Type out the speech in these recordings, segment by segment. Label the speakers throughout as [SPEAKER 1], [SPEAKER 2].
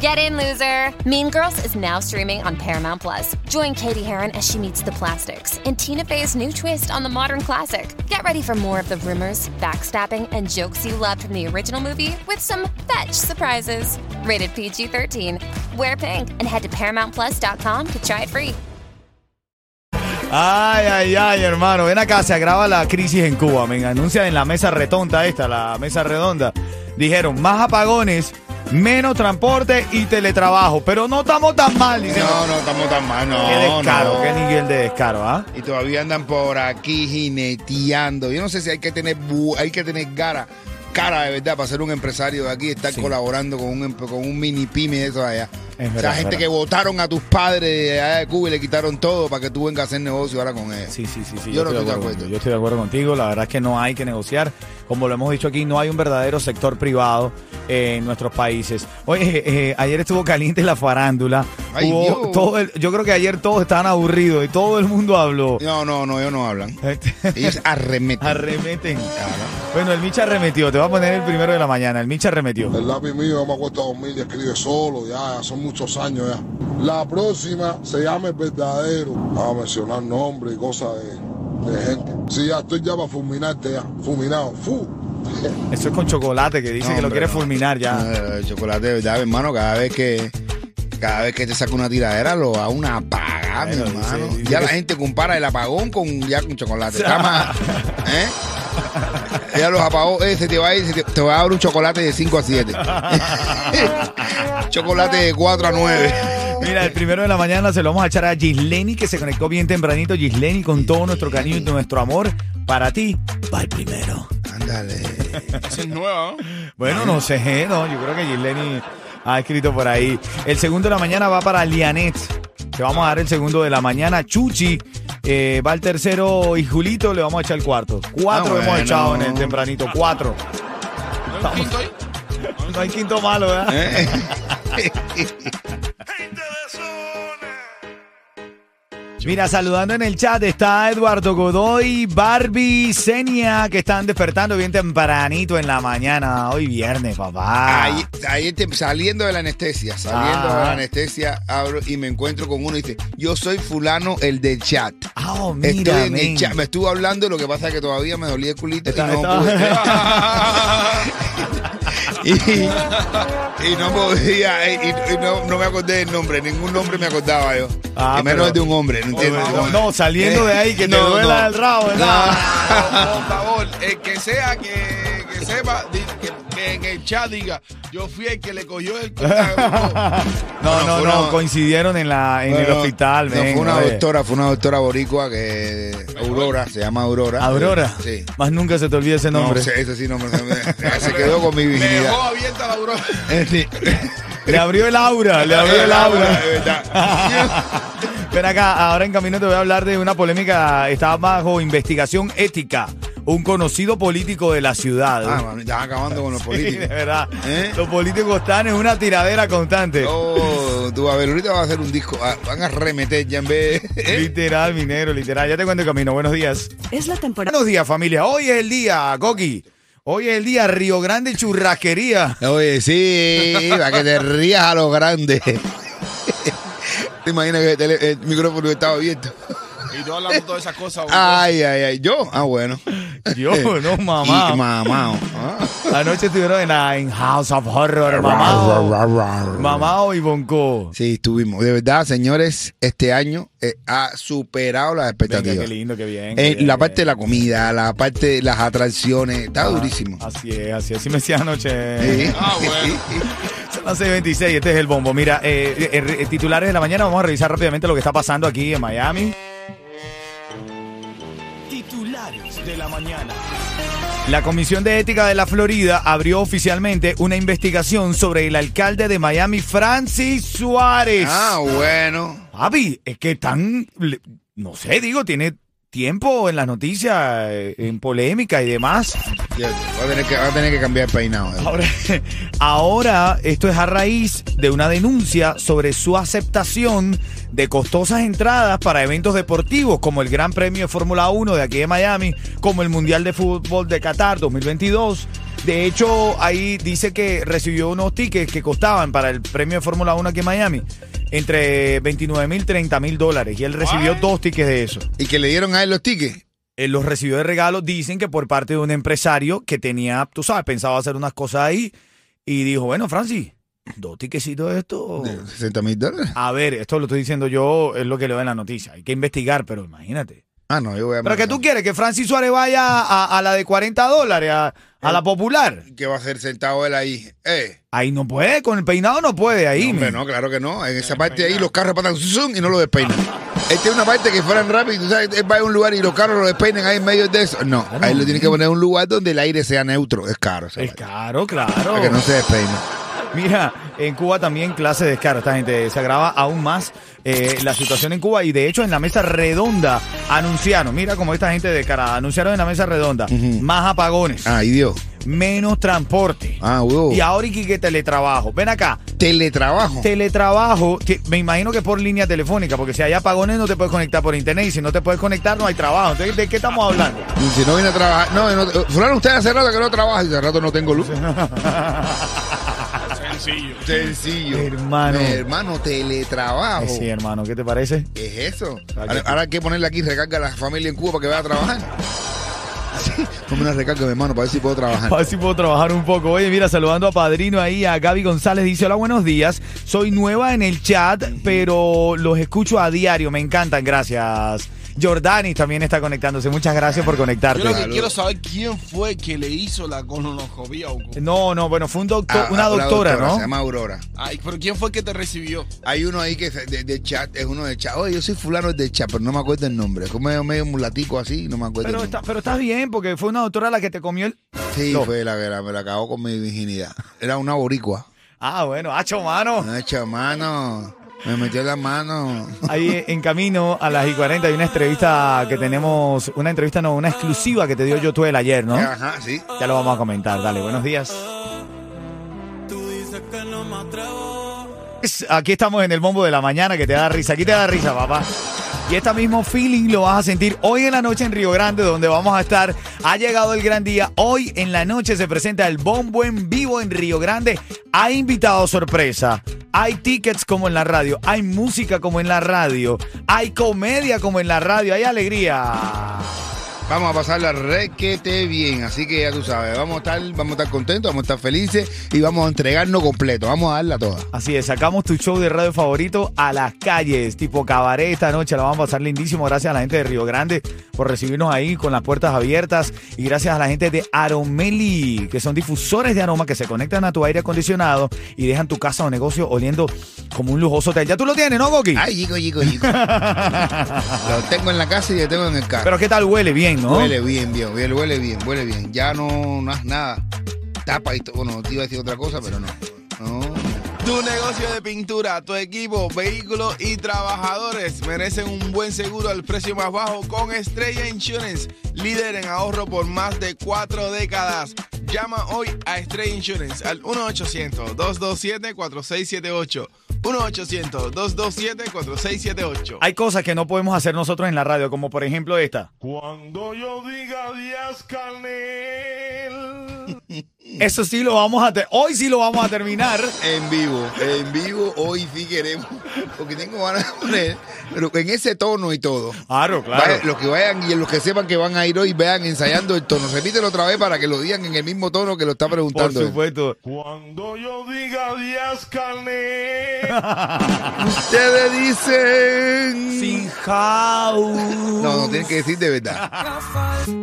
[SPEAKER 1] Get in, loser! Mean Girls is now streaming on Paramount Plus. Join Katie Heron as she meets the plastics and Tina Fey's new twist on the modern classic. Get ready for more of the rumors, backstabbing, and jokes you loved from the original movie with some fetch surprises. Rated PG 13. Wear pink and head to ParamountPlus.com to try it free.
[SPEAKER 2] Ay, ay, ay, hermano. Ven acá, se agrava la crisis en Cuba. Me anuncian en la mesa retonta esta, la mesa redonda. Dijeron, más apagones, menos transporte y teletrabajo. Pero no estamos tan mal, dicen.
[SPEAKER 3] No, no estamos tan mal, no.
[SPEAKER 2] qué descaro,
[SPEAKER 3] no.
[SPEAKER 2] qué nivel de descaro, ¿ah?
[SPEAKER 3] Y todavía andan por aquí jineteando. Yo no sé si hay que tener bu- hay que tener cara, cara de verdad para ser un empresario de aquí, estar colaborando con un em- con un mini pyme de eso allá.
[SPEAKER 2] Es
[SPEAKER 3] o
[SPEAKER 2] verdad,
[SPEAKER 3] sea,
[SPEAKER 2] es
[SPEAKER 3] gente
[SPEAKER 2] verdad.
[SPEAKER 3] que votaron a tus padres de allá de Cuba y le quitaron todo para que tú vengas a hacer negocio ahora con ellos.
[SPEAKER 2] Sí, sí, sí, sí.
[SPEAKER 3] Yo no estoy de
[SPEAKER 2] contigo.
[SPEAKER 3] acuerdo.
[SPEAKER 2] Yo estoy de acuerdo contigo. La verdad es que no hay que negociar. Como lo hemos dicho aquí, no hay un verdadero sector privado eh, en nuestros países. Oye, eh, eh, ayer estuvo caliente la farándula.
[SPEAKER 3] Ay,
[SPEAKER 2] Hubo
[SPEAKER 3] Dios.
[SPEAKER 2] todo el- yo creo que ayer todos estaban aburridos y todo el mundo habló. Este,
[SPEAKER 3] No, no, no, ellos no hablan. Ellos arremeten.
[SPEAKER 2] Arremeten.
[SPEAKER 3] Claro.
[SPEAKER 2] Bueno, el Micha arremetió. Te voy a poner el primero de la mañana. El Micha arremetió.
[SPEAKER 4] El lápiz mío me ha costado dos mil y escribe solo, ya, ya son muchos años ya. La próxima se llama El Verdadero. A mencionar nombres y cosas de, de gente. Sí, ya estoy ya para fulminarte ya. Fulminado. Fu.
[SPEAKER 2] Eso es con chocolate que dice
[SPEAKER 3] No,
[SPEAKER 2] que lo
[SPEAKER 3] hombre,
[SPEAKER 2] quiere
[SPEAKER 3] no.
[SPEAKER 2] fulminar ya.
[SPEAKER 3] Ah, el chocolate, de verdad, mi hermano, cada vez que cada vez que te saca una tiradera lo da una apagada, mi
[SPEAKER 2] Bueno, dice-
[SPEAKER 3] hermano.
[SPEAKER 2] dice
[SPEAKER 3] ya
[SPEAKER 2] que-
[SPEAKER 3] la gente compara el apagón con ya con chocolate. Está más, ¿eh? Ya los apagó, eh, se te va a ir, se te, te va a dar un chocolate de 5 a 7. chocolate de 4 a 9.
[SPEAKER 2] Mira, el primero de la mañana se lo vamos a echar a Gisleni, que se conectó bien tempranito. Gisleni, con todo nuestro cariño y nuestro amor, para ti va el primero.
[SPEAKER 3] Ándale.
[SPEAKER 5] Ese es nuevo.
[SPEAKER 2] Bueno, no sé, no, yo creo que Gisleni ha escrito por ahí. El segundo de la mañana va para Lianet. Te vamos a dar el segundo de la mañana. Chuchi eh, va el tercero y Julito le vamos a echar el cuarto. Cuatro
[SPEAKER 3] Ah,
[SPEAKER 2] hemos
[SPEAKER 3] bueno.
[SPEAKER 2] echado en el tempranito, cuatro.
[SPEAKER 5] ¿No hay un quinto ahí?
[SPEAKER 2] No hay quinto malo, ¿verdad?
[SPEAKER 3] ¿Eh?
[SPEAKER 2] Mira, saludando en el chat está Eduardo Godoy, Barbie, Senia, que están despertando bien tempranito en la mañana. Hoy viernes, papá.
[SPEAKER 3] Ahí, ahí te- saliendo de la anestesia, saliendo
[SPEAKER 2] Ah.
[SPEAKER 3] de la anestesia, abro y me encuentro con uno y dice, yo soy fulano el del chat.
[SPEAKER 2] Ah,
[SPEAKER 3] Estoy
[SPEAKER 2] mira,
[SPEAKER 3] en el
[SPEAKER 2] men.
[SPEAKER 3] chat. Me estuvo hablando, lo que pasa es que todavía me dolía el culito
[SPEAKER 2] Está-
[SPEAKER 3] y no
[SPEAKER 2] está-
[SPEAKER 3] pude. y, y no podía, y, y- y no, no me acordé del nombre, ningún nombre me acordaba yo.
[SPEAKER 2] Ah,
[SPEAKER 3] y menos
[SPEAKER 2] pero-
[SPEAKER 3] el de un hombre, ¿no entiendes?
[SPEAKER 2] no, no, saliendo de ahí, que te duela el rabo, ¿verdad?
[SPEAKER 5] Por favor, el que sea que, que sepa, di- que, que en el chat diga, yo fui el que le cogió el
[SPEAKER 2] No,
[SPEAKER 3] Bueno,
[SPEAKER 2] no,
[SPEAKER 3] fue
[SPEAKER 2] no,
[SPEAKER 3] una-
[SPEAKER 2] coincidieron en, la, en el
[SPEAKER 3] Bueno,
[SPEAKER 2] hospital.
[SPEAKER 3] no,
[SPEAKER 2] men,
[SPEAKER 3] fue una
[SPEAKER 2] oye.
[SPEAKER 3] doctora, fue una doctora boricua que Aurora, se llama Aurora.
[SPEAKER 2] Aurora.
[SPEAKER 3] Sí.
[SPEAKER 2] Más nunca se te olvida ese
[SPEAKER 3] No,
[SPEAKER 2] nombre.
[SPEAKER 3] sé, ese sí no me, me- se quedó con mi virginidad.
[SPEAKER 5] Dejó abierta la broma.
[SPEAKER 3] Sí.
[SPEAKER 2] Le abrió el aura, le abrió el
[SPEAKER 3] De
[SPEAKER 2] aura.
[SPEAKER 3] verdad.
[SPEAKER 2] Ven acá, ahora en camino te voy a hablar de una polémica. Está bajo investigación ética. Un conocido político de la ciudad.
[SPEAKER 3] Ah, mano, estás acabando con los
[SPEAKER 2] Sí, de
[SPEAKER 3] políticos.
[SPEAKER 2] verdad.
[SPEAKER 3] ¿Eh?
[SPEAKER 2] Los políticos están en una tiradera constante.
[SPEAKER 3] Oh, tú, a ver, ahorita va a hacer un disco. ah, Van a remeter ya en vez.
[SPEAKER 2] Literal, minero, literal. Ya te cuento el camino. Buenos días.
[SPEAKER 6] Es la temporada.
[SPEAKER 2] Buenos días, familia. Hoy es el día, Coqui. Hoy es el día Río Grande Churrasquería.
[SPEAKER 3] Oye, sí, para que te rías a lo grande. ¿Te imaginas que el, tele- el micrófono estaba abierto?
[SPEAKER 5] Y no hablamos todas esas cosas. boludo.
[SPEAKER 3] Ay, ay, ay. ¿Yo? Ah, bueno.
[SPEAKER 2] Yo, no,
[SPEAKER 3] Y
[SPEAKER 2] mamá.
[SPEAKER 3] mamao. Ah.
[SPEAKER 2] Anoche estuvieron en, la- en House of Horror, mamá. Mamao y Bonco.
[SPEAKER 3] Sí, estuvimos. De verdad, señores, este año eh, ha superado las
[SPEAKER 2] Venga,
[SPEAKER 3] expectativas.
[SPEAKER 2] qué lindo, qué bien. qué
[SPEAKER 3] Eh,
[SPEAKER 2] bien,
[SPEAKER 3] la
[SPEAKER 2] qué
[SPEAKER 3] parte de
[SPEAKER 2] bien.
[SPEAKER 3] la comida, la parte de las atracciones,
[SPEAKER 2] Ah,
[SPEAKER 3] está durísimo.
[SPEAKER 2] Así es, así es. Así me decía anoche.
[SPEAKER 3] Sí.
[SPEAKER 5] Ah, bueno.
[SPEAKER 2] Son las 6:26, este es el bombo. Mira, eh, eh, eh, eh, titulares de la mañana, vamos a revisar rápidamente lo que está pasando aquí en Miami. Titulares de la mañana. La Comisión de Ética de la Florida abrió oficialmente una investigación sobre el alcalde de Miami, Francis Suárez.
[SPEAKER 3] Ah, bueno.
[SPEAKER 2] Papi, es que tan. le- No sé, digo, tiene tiempo en las noticias, eh, en polémica y demás.
[SPEAKER 3] Ya, Va a tener que, va a tener que cambiar el peinado. eh.
[SPEAKER 2] Ahora, ahora, esto es a raíz de una denuncia sobre su aceptación de costosas entradas para eventos deportivos como el Gran Premio de Fórmula 1 de aquí de Miami, como el Mundial de Fútbol de Qatar 2022. De hecho, ahí dice que recibió unos tickets que costaban para el Premio de Fórmula 1 aquí en Miami entre 29 mil y 30 mil dólares y él recibió dos tickets de eso.
[SPEAKER 3] Y que le dieron a él los tickets.
[SPEAKER 2] Él eh, los recibió de regalo, dicen que por parte de un empresario que tenía, tú sabes, pensaba hacer unas cosas ahí y dijo, bueno, Francis, dos tiquecitos de esto.
[SPEAKER 3] de 60 mil dólares.
[SPEAKER 2] A ver, esto lo estoy diciendo yo, es lo que leo en la noticia. Hay que investigar, pero imagínate.
[SPEAKER 3] Ah, no, yo voy a.
[SPEAKER 2] Pero que tú quieres que Francis Suárez vaya a, a la de 40 dólares, a, a
[SPEAKER 3] Eh.
[SPEAKER 2] la popular.
[SPEAKER 3] ¿Qué va a hacer sentado él ahí? Eh.
[SPEAKER 2] Ahí no puede, con el peinado no puede, ahí.
[SPEAKER 3] No, hombre,
[SPEAKER 2] men.
[SPEAKER 3] no, claro que no. En
[SPEAKER 2] Eh,
[SPEAKER 3] esa parte ahí los carros pasan zoom y no lo despeinan. Esta es una parte que fueran rápido, tú sabes, él va a un lugar y los carros lo despeinan ahí en medio de eso. No, ahí lo tienen que poner en un lugar donde el aire sea neutro. Es caro, esa
[SPEAKER 2] Es
[SPEAKER 3] vaina,
[SPEAKER 2] caro, Eh, claro.
[SPEAKER 3] Para que no se despeine.
[SPEAKER 2] Mira, en Cuba también clase de descaro. Esta gente se agrava aún más eh, la situación en Cuba. Y de hecho, en la mesa redonda anunciaron, mira como esta gente de cara, anunciaron en la mesa redonda más apagones,
[SPEAKER 3] Ay, Dios.
[SPEAKER 2] menos transporte.
[SPEAKER 3] Ah, huevo.
[SPEAKER 2] Y ahora y que teletrabajo. Ven acá,
[SPEAKER 3] Teletrabajo.
[SPEAKER 2] teletrabajo, que me imagino que por línea telefónica, porque si hay apagones no te puedes conectar por internet y si no te puedes conectar no hay trabajo. Entonces, ¿de qué estamos hablando?
[SPEAKER 3] Y si no viene a trabajar. No, no fulano, usted hace rato que no trabaja y hace rato no tengo luz.
[SPEAKER 5] Sencillo.
[SPEAKER 3] Sencillo.
[SPEAKER 2] Hermano. Eh,
[SPEAKER 3] hermano, teletrabajo.
[SPEAKER 2] Sí, hermano, ¿qué te parece?
[SPEAKER 3] ¿Qué es eso?
[SPEAKER 2] Claro
[SPEAKER 3] Ahora,
[SPEAKER 2] que sí.
[SPEAKER 3] ahora hay que ponerle aquí recarga a la familia en Cuba para que vaya a trabajar. Sí, ponme una recarga, mi hermano, para ver si puedo trabajar.
[SPEAKER 2] A ver si puedo trabajar un poco. Oye, mira, saludando a Padrino ahí, a Gaby González. Dice, hola, buenos días. Soy nueva en el chat, pero los escucho a diario. Me encantan, gracias. Jordanis también está conectándose. Muchas gracias por
[SPEAKER 5] Yo
[SPEAKER 2] conectarte.
[SPEAKER 5] lo que quiero saber quién fue que le hizo la colonoscopia a Hugo.
[SPEAKER 2] No, no, bueno, fue un doctor,
[SPEAKER 3] Ah,
[SPEAKER 2] una
[SPEAKER 3] ah,
[SPEAKER 2] doctora,
[SPEAKER 3] Se
[SPEAKER 2] ¿no?
[SPEAKER 3] llama Aurora.
[SPEAKER 5] Ay, pero quién fue que te recibió.
[SPEAKER 3] Hay uno ahí que es de, de chat, es uno de chat. Oye, yo soy fulano de chat, pero no me acuerdo el nombre. Es como medio, medio mulatico así, no me acuerdo
[SPEAKER 2] Pero,
[SPEAKER 3] el
[SPEAKER 2] está,
[SPEAKER 3] nombre.
[SPEAKER 2] pero estás bien, porque fue una doctora la que te comió el...
[SPEAKER 3] Sí,
[SPEAKER 2] No.
[SPEAKER 3] fue la que la- me la acabó con mi virginidad. Era una boricua.
[SPEAKER 2] Ah, bueno, hacho, mano.
[SPEAKER 3] No, hecha mano. Me metió la mano.
[SPEAKER 2] Ahí eh, en camino a las y 40 hay una entrevista que tenemos, una entrevista no, una exclusiva que te dio Yotuel ayer, ¿no?
[SPEAKER 3] Ajá, sí.
[SPEAKER 2] Ya lo vamos a comentar, dale, buenos días. Es- Aquí estamos en el bombo de la mañana que te da risa, aquí te da risa, papá. Y este mismo feeling lo vas a sentir hoy en la noche en Río Grande, donde vamos a estar. Ha llegado el gran día. Hoy en la noche se presenta el bombo en vivo en Río Grande. Hay invitados sorpresa. Hay tickets como en la radio. Hay música como en la radio. Hay comedia como en la radio. Hay alegría.
[SPEAKER 3] Vamos a pasar la requete bien, así que ya tú sabes, vamos a estar, vamos a estar contentos, vamos a estar felices y vamos a entregarnos completo, vamos a darla toda.
[SPEAKER 2] Así es, sacamos tu show de radio favorito a las calles, tipo cabaret esta noche, la vamos a pasar lindísimo. Gracias a la gente de Río Grande por recibirnos ahí con las puertas abiertas y gracias a la gente de Aromeli, que son difusores de aroma que se conectan a tu aire acondicionado y dejan tu casa o negocio oliendo como un lujoso hotel. Ya tú lo tienes, ¿no, Goki?
[SPEAKER 3] Ay, chico, chico, chico. lo tengo en la casa y lo tengo en el carro.
[SPEAKER 2] Pero qué tal huele bien, ¿no?
[SPEAKER 3] Huele bien, bien, huele, huele bien, huele bien. Ya no, no haz nada. Tapa y todo, bueno, te iba a decir otra cosa, pero no. No.
[SPEAKER 5] Tu negocio de pintura, tu equipo, vehículos y trabajadores merecen un buen seguro al precio más bajo con Estrella Insurance, líder en ahorro por más de cuatro décadas. Llama hoy a Estrella Insurance al 1-800-227-4678. 1-800-227-4678.
[SPEAKER 2] Hay cosas que no podemos hacer nosotros en la radio, como por ejemplo esta.
[SPEAKER 6] Cuando yo diga Díaz Canel.
[SPEAKER 2] Eso sí lo vamos a... te- Hoy sí lo vamos a terminar.
[SPEAKER 3] En vivo, en vivo, hoy sí queremos, porque tengo ganas de poner, pero en ese tono y todo.
[SPEAKER 2] Claro,
[SPEAKER 3] Vaya, los que vayan y los que sepan que van a ir hoy, vean ensayando el tono. Repítelo otra vez para que lo digan en el mismo tono que lo está
[SPEAKER 2] Por
[SPEAKER 3] preguntando. él.
[SPEAKER 2] supuesto.
[SPEAKER 6] Cuando yo diga Díaz Canel.
[SPEAKER 3] Ustedes dicen.
[SPEAKER 2] Sin house.
[SPEAKER 3] No, no tienen que decir de verdad.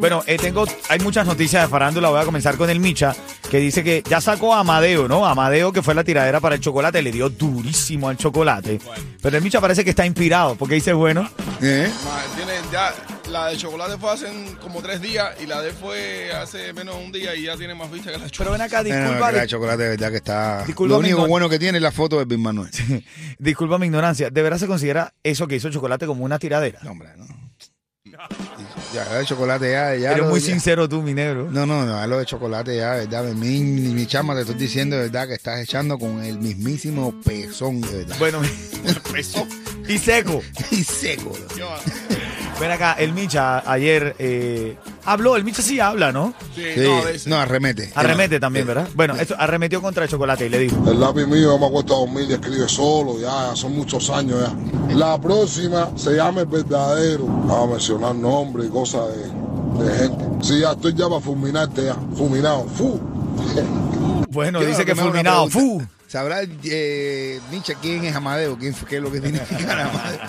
[SPEAKER 2] Bueno, eh, tengo, hay muchas noticias de farándula. Voy a comenzar con el Micha, que dice que ya sacó a Amadeo, ¿no? Amadeo, que fue la tiradera para el chocolate, le dio durísimo al chocolate. Pero el Micha parece que está inspirado, porque dice, bueno,
[SPEAKER 3] ¿Eh?
[SPEAKER 5] Ma, tiene ya- la de chocolate fue hace como tres días y la de fue hace menos de un día y ya tiene más vista que la de
[SPEAKER 2] pero
[SPEAKER 5] chocolate.
[SPEAKER 2] ven acá,
[SPEAKER 3] No, no,
[SPEAKER 2] disculpa,
[SPEAKER 3] que la de
[SPEAKER 2] di-
[SPEAKER 3] chocolate de verdad que está.
[SPEAKER 2] Disculpa,
[SPEAKER 3] lo único
[SPEAKER 2] Mingón.
[SPEAKER 3] bueno que tiene es la foto de Big Manuel.
[SPEAKER 2] disculpa mi ignorancia. ¿De verdad se considera eso que hizo el chocolate como una tiradera?
[SPEAKER 3] No, hombre, no. Ya, lo de chocolate ya, ya.
[SPEAKER 2] Eres
[SPEAKER 3] lo-
[SPEAKER 2] muy
[SPEAKER 3] ya-
[SPEAKER 2] sincero tú, mi negro.
[SPEAKER 3] No, no, no, lo de chocolate ya, ¿verdad? Mi, mi, mi chama, te estoy diciendo, de ¿verdad? Que estás echando con el mismísimo pezón, de ¿verdad?
[SPEAKER 2] Bueno, y seco.
[SPEAKER 3] y seco. ¿verdad?
[SPEAKER 2] Ven acá, el Micha ayer eh, habló, el Micha sí habla, ¿no?
[SPEAKER 5] Sí,
[SPEAKER 3] Sí,
[SPEAKER 5] no, de ese-
[SPEAKER 3] no, arremete.
[SPEAKER 2] Arremete también, ¿verdad? Bueno, esto arremetió contra el chocolate y le dijo.
[SPEAKER 4] El lápiz mío ya me ha costado dos mil y escribe solo, ya, ya son muchos años ya. La próxima se llama el verdadero. A mencionar nombres y cosas de, de gente. Sí, ya estoy ya para fulminarte ya. Fulminado. Fu.
[SPEAKER 2] Bueno,
[SPEAKER 3] Quiero
[SPEAKER 2] dice que
[SPEAKER 3] me haga una
[SPEAKER 2] fulminado. ¡Fu!
[SPEAKER 3] pregunta. ¿Sabrá, eh, Nietzsche, quién es Amadeo? ¿Quién, fue- ¿Qué es lo que significa Amadeo?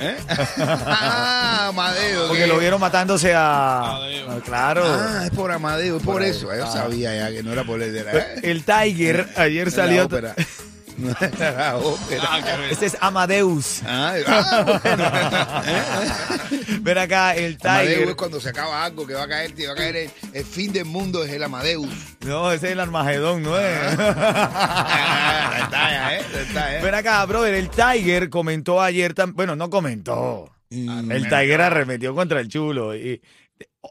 [SPEAKER 3] ¿Eh? ah, Amadeo.
[SPEAKER 2] Porque
[SPEAKER 3] que-
[SPEAKER 2] lo vieron matándose a.
[SPEAKER 5] Dios.
[SPEAKER 2] Ah, Claro.
[SPEAKER 3] Ah, es por Amadeo, es por, eso. Yo sabía ya que no era por el de la...
[SPEAKER 2] El Tiger Ah. Eh, ayer
[SPEAKER 3] Era
[SPEAKER 2] salió.
[SPEAKER 3] ópera. No era la ópera.
[SPEAKER 5] Ah, qué bien.
[SPEAKER 2] Ese es Amadeus.
[SPEAKER 3] Ah, ah, bueno.
[SPEAKER 2] Ven acá, el
[SPEAKER 3] Amadeus es
[SPEAKER 2] Tiger.
[SPEAKER 3] cuando se acaba algo que va a caer, tío, va a caer el, el fin del mundo es el Amadeus.
[SPEAKER 2] No, ese es el Armagedón, ¿no es?
[SPEAKER 3] Ah, detalle, eh, detalle.
[SPEAKER 2] Ven acá, brother, el Tiger comentó ayer, tam- bueno, no comentó.
[SPEAKER 3] Mm.
[SPEAKER 2] El Tiger arremetió contra el chulo. Y,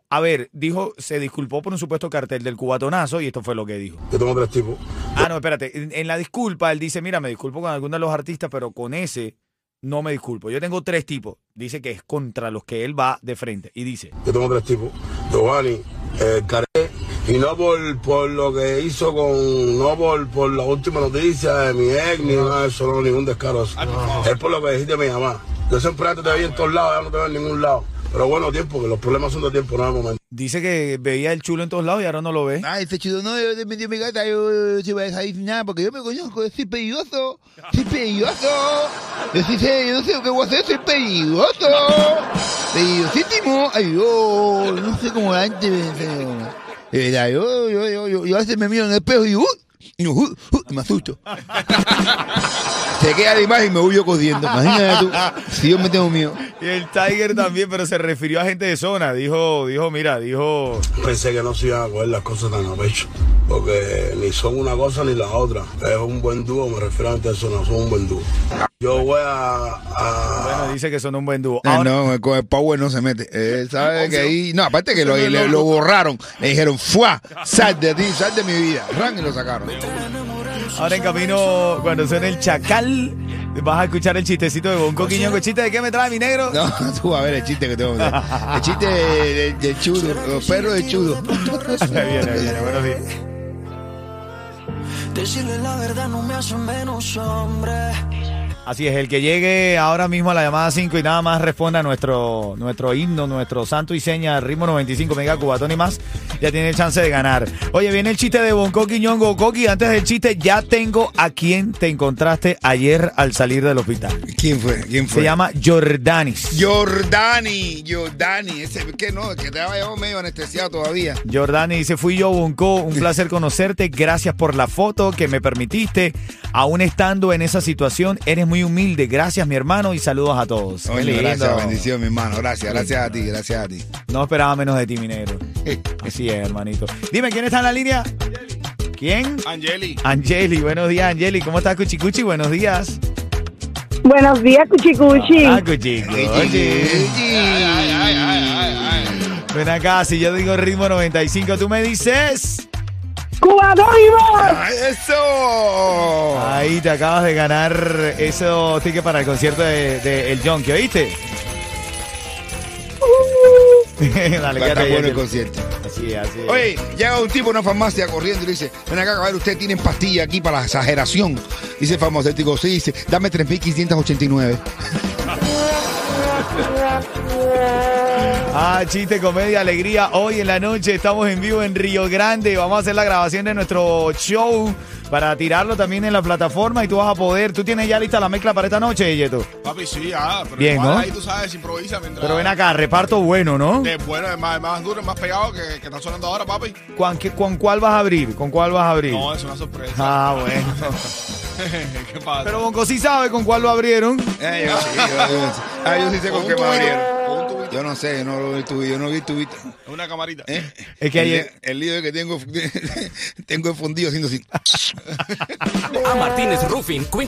[SPEAKER 2] a ver, dijo, se disculpó por un supuesto cartel del cubatonazo y esto fue lo que dijo.
[SPEAKER 7] Yo tengo tres tipos.
[SPEAKER 2] Ah, no, espérate. En, en la disculpa, él dice, mira, me disculpo con algunos de los artistas, pero con ese no me disculpo. Yo tengo tres tipos. Dice que es contra los que él va de frente. Y dice,
[SPEAKER 7] Yo tengo tres tipos. Giovanni, el Caré, y no por, por lo que hizo con, no por, por la última noticia de mi ex, ni nada de eso, no, ningún descaro. de eso. Es por lo que dijiste a mi mamá. Yo siempre antes te veía en todos lados, ya no te veo en ningún lado. Pero bueno, tiempo, que los problemas son de tiempo, no de momento.
[SPEAKER 2] dice que veía el chulo en todos lados y ahora no lo ve.
[SPEAKER 3] Ah, este chido, no, yo me dio mi gata, yo yo no iba a salir sin nada, porque yo me conozco, yo soy peligroso, soy peligroso, yo sí sé, yo no sé lo que voy a hacer, soy peligroso, peligrosísimo, ay, yo, no sé cómo la gente me enseñó. De verdad, yo, yo, yo, yo, yo a veces me miro en el espejo y, uh, y uh, uh, me asusto. Se queda la imagen y me huyo corriendo, imagínate tú, si yo me tengo miedo.
[SPEAKER 2] Y el Tiger también, pero se refirió a gente de zona. Dijo, dijo, mira, dijo.
[SPEAKER 7] Pensé que no se iban a coger las cosas tan a pecho, porque ni son una cosa ni la otra. Es un buen dúo, me refiero antes a eso, no son un buen dúo. Yo voy a- a
[SPEAKER 2] Bueno, dice que son un buen dúo.
[SPEAKER 3] Ah,
[SPEAKER 2] Ahora- Ah,
[SPEAKER 3] no, con el Power no se mete. Eh, Él sabe que ahí. No, aparte que lo, le- lo borraron. Le dijeron, ¡fuá! Sal de ti, sal de mi vida. Ran y lo sacaron.
[SPEAKER 2] Ahora en camino, cuando suene el chacal, vas a escuchar el chistecito de Bonco Quiñongo. ¿Chiste de qué me trae mi negro?
[SPEAKER 3] No, tú vas a ver el chiste que tengo que hacer. El chiste de, de- de chudo, los perros de chudo.
[SPEAKER 2] Ahí viene, ahí viene, buenos días.
[SPEAKER 8] Decirle la verdad no me hace menos hombre.
[SPEAKER 2] Así es, el que llegue ahora mismo a la llamada 5 y nada más responda a nuestro, nuestro himno, nuestro santo y seña, ritmo 95, mega cubatón y más, ya tiene chance de ganar. Oye, viene el chiste de Bonco Quiñongo. Coqui, antes del chiste, ya tengo a quien te encontraste ayer al salir del hospital.
[SPEAKER 3] ¿Quién fue? ¿Quién
[SPEAKER 2] Se llama Jordanis.
[SPEAKER 3] Jordani, Jordani. Ese, ¿Qué no? Que te había llevado medio anestesiado todavía.
[SPEAKER 2] Jordani dice, fui yo, Bonco, un placer conocerte, gracias por la foto que me permitiste. Aún estando en esa situación, eres muy humilde. Gracias, mi hermano, y saludos a todos. Qué
[SPEAKER 3] Oye,
[SPEAKER 2] lindo.
[SPEAKER 3] gracias, bendición, mi hermano. Gracias, gracias a ti, gracias a ti. Eh,
[SPEAKER 2] No esperaba menos de ti, mi negro. Así es, hermanito. Dime, ¿quién está en la línea? ¿Quién?
[SPEAKER 5] Angeli.
[SPEAKER 2] Angeli, buenos días, Angeli. ¿Cómo estás, Cuchicuchi? Buenos días.
[SPEAKER 9] Buenos días, Cuchicuchi.
[SPEAKER 2] Ah, Cuchicuchi. Ven acá, si yo digo ritmo 95, tú me dices...
[SPEAKER 9] ¡Cubano y vos!
[SPEAKER 3] ¡Ay, ¡Eso!
[SPEAKER 2] Ahí te acabas de ganar esos tickets para el concierto de, de El Junkie, ¿oíste? Dale,
[SPEAKER 3] Va a estar
[SPEAKER 2] quédate ahí,
[SPEAKER 3] bueno el
[SPEAKER 2] Angel.
[SPEAKER 3] concierto.
[SPEAKER 2] Así, así.
[SPEAKER 3] Oye, llega un tipo a una farmacia corriendo y le dice, ven acá, caballero, usted tiene pastilla aquí para la exageración. Dice el farmacéutico, sí, dice, dame 3.589.
[SPEAKER 2] Ah, chiste, comedia, alegría. Hoy en la noche estamos en vivo en Río Grande. Vamos a hacer la grabación de nuestro show para tirarlo también en la plataforma y tú vas a poder. ¿Tú tienes ya lista la mezcla para esta noche, Yeto?
[SPEAKER 5] Papi, sí, ah, pero
[SPEAKER 2] Bien,
[SPEAKER 5] igual
[SPEAKER 2] ¿no?
[SPEAKER 5] ahí tú sabes, improvisa mientras.
[SPEAKER 2] Pero ven acá, reparto bueno, ¿no?
[SPEAKER 5] De bueno, es más, es más duro, es más pegado que, que está sonando ahora, papi.
[SPEAKER 2] ¿Con, qué- con cuál vas a abrir? ¿Con cuál vas a abrir?
[SPEAKER 5] No, es una sorpresa.
[SPEAKER 2] Ah, bueno.
[SPEAKER 5] ¿Qué pasa?
[SPEAKER 2] Pero Bonco sí sabe con cuál lo abrieron.
[SPEAKER 3] Eh, yo sí, yo- yo sí. Ah, yo sí sé con qué me abrieron.
[SPEAKER 5] Con un tubito,
[SPEAKER 3] Yo no sé, yo no lo vi tu yo no vi tu video.
[SPEAKER 5] una camarita.
[SPEAKER 3] ¿Eh?
[SPEAKER 2] Es que
[SPEAKER 3] el,
[SPEAKER 2] ayer-
[SPEAKER 3] el líder que tengo tengo fundido haciendo así.
[SPEAKER 10] A Martínez Roofing,